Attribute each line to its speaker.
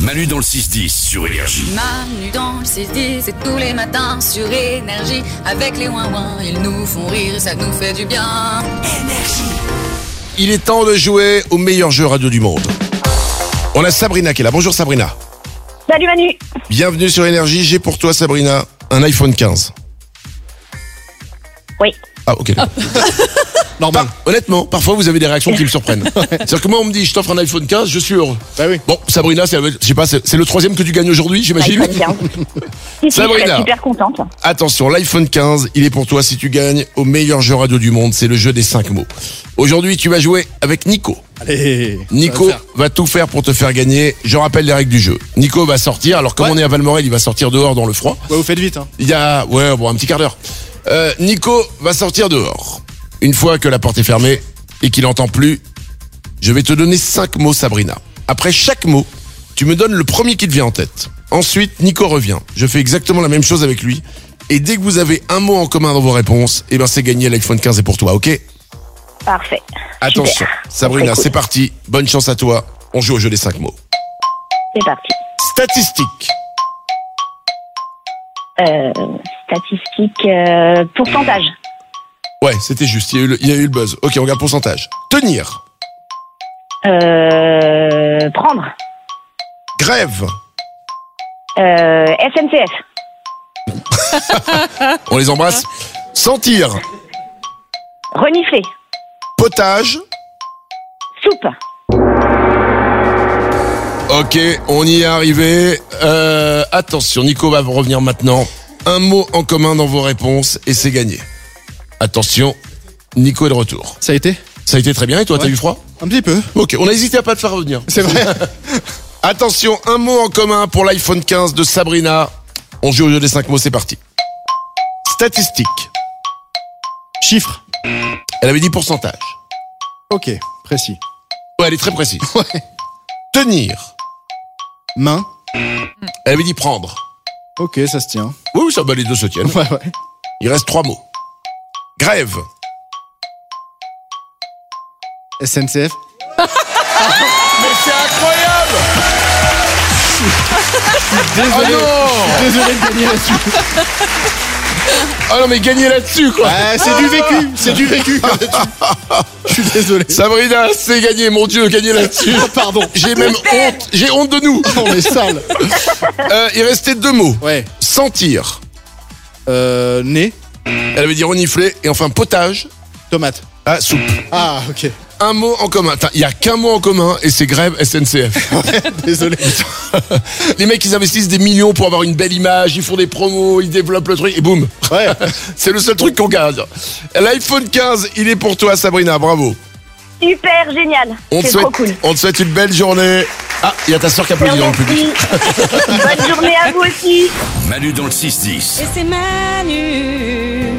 Speaker 1: Manu dans le 6-10 sur Énergie.
Speaker 2: Manu dans le 6-10, c'est tous les matins sur Énergie. Avec les ouin ils nous font rire et ça nous fait du bien.
Speaker 1: Il est temps de jouer au meilleur jeu radio du monde. On a Sabrina qui est là. Bonjour Sabrina.
Speaker 3: Salut Manu
Speaker 1: Bienvenue sur Énergie. J'ai pour toi Sabrina un iPhone 15.
Speaker 3: Oui.
Speaker 1: Ah ok. Normal. honnêtement, parfois vous avez des réactions qui me surprennent. C'est-à-dire que moi on me dit je t'offre un iPhone 15, je suis heureux.
Speaker 4: Bah oui.
Speaker 1: Bon Sabrina, c'est je sais pas, c'est c'est le troisième que tu gagnes aujourd'hui, j'imagine.
Speaker 3: iPhone 15. Si, si,
Speaker 1: Sabrina.
Speaker 3: je suis super contente.
Speaker 1: Attention, l'iPhone 15, il est pour toi si tu gagnes au meilleur jeu radio du monde, c'est le jeu des 5 mots. Aujourd'hui, tu vas jouer avec Nico.
Speaker 4: Allez.
Speaker 1: Nico va tout faire pour te faire gagner. Je rappelle les règles du jeu. Nico va sortir, alors comme
Speaker 4: Ouais.
Speaker 1: on est à Valmorel, il va sortir dehors dans le froid.
Speaker 4: Ouais, vous faites vite. Hein.
Speaker 1: Il y a, ouais, bon, un petit quart d'heure. Euh, Nico va sortir dehors. Une fois que la porte est fermée et qu'il n'entend plus, je vais te donner cinq mots, Sabrina. Après chaque mot, tu me donnes le premier qui te vient en tête. Ensuite, Nico revient. Je fais exactement la même chose avec lui. Et dès que vous avez un mot en commun dans vos réponses, eh ben c'est gagné. L'iPhone 15 est pour toi, ok
Speaker 3: Parfait.
Speaker 1: Attention,
Speaker 3: Super.
Speaker 1: Sabrina,
Speaker 3: Très cool.
Speaker 1: c'est parti. Bonne chance à toi. On joue au jeu des cinq mots.
Speaker 3: C'est parti.
Speaker 1: Statistique,
Speaker 3: Euh, statistique, euh, pourcentage.
Speaker 1: Ouais, c'était juste. Il y, a eu le, il y a eu le buzz. Ok, on regarde pourcentage. Tenir.
Speaker 3: Euh, prendre.
Speaker 1: Grève.
Speaker 3: Euh, SNCF.
Speaker 1: On les embrasse. Sentir.
Speaker 3: Renifler.
Speaker 1: Potage.
Speaker 3: Soupe.
Speaker 1: Ok, on y est arrivé. Euh, attention, Nico va revenir maintenant. Un mot en commun dans vos réponses et c'est gagné. Attention, Nico est de retour.
Speaker 4: Ça a été
Speaker 1: Ça a été très bien et toi, t'as
Speaker 4: Ouais.
Speaker 1: eu froid
Speaker 4: Un petit peu.
Speaker 1: Ok, on a hésité à pas te faire revenir.
Speaker 4: C'est vrai.
Speaker 1: Attention, un mot en commun pour l'iPhone 15 de Sabrina. On joue au jeu des 5 mots, c'est parti. Statistique.
Speaker 4: Chiffre.
Speaker 1: Elle avait dit pourcentage.
Speaker 4: Ok. Précis.
Speaker 1: Ouais, elle est très précise.
Speaker 4: Ouais.
Speaker 1: Tenir.
Speaker 4: Main.
Speaker 1: Elle avait dit prendre.
Speaker 4: Ok, ça se tient.
Speaker 1: Oui, oui, ça, bah, les deux se tiennent.
Speaker 4: Ouais, ouais.
Speaker 1: Il reste trois mots. Grève.
Speaker 4: SNCF.
Speaker 1: Mais c'est incroyable
Speaker 4: Désolé.
Speaker 1: Ah non
Speaker 4: Désolé de gagner là-dessus.
Speaker 1: Oh non, mais gagner là-dessus, quoi
Speaker 4: Ah, c'est du vécu. C'est du vécu. Je suis désolé.
Speaker 1: Sabrina, c'est gagné, mon Dieu, gagner là-dessus
Speaker 4: Ah, pardon.
Speaker 1: J'ai même honte, j'ai honte de nous
Speaker 4: On est sale.
Speaker 1: Euh, Il restait deux mots.
Speaker 4: Ouais.
Speaker 1: Sentir.
Speaker 4: Euh, nez.
Speaker 1: Elle avait dit renifler. Et enfin, potage.
Speaker 4: Tomate.
Speaker 1: Ah, soupe.
Speaker 4: Ah, ok.
Speaker 1: Un mot en commun. Attends, Il y a qu'un mot en commun et c'est grève SNCF.
Speaker 4: Désolé.
Speaker 1: Les mecs, ils investissent des millions pour avoir une belle image, ils font des promos, ils développent le truc et boum.
Speaker 4: Ouais.
Speaker 1: C'est le seul truc qu'on garde. L'iPhone 15, il est pour toi, Sabrina. Bravo.
Speaker 3: Super génial.
Speaker 1: On te,
Speaker 3: C'est
Speaker 1: souhaite,
Speaker 3: trop cool.
Speaker 1: on te souhaite une belle journée. Ah, il y a ta soeur qui applaudit dans le public.
Speaker 3: Merci. Bonne journée à vous aussi.
Speaker 5: Manu dans le 6-10.
Speaker 6: Et c'est Manu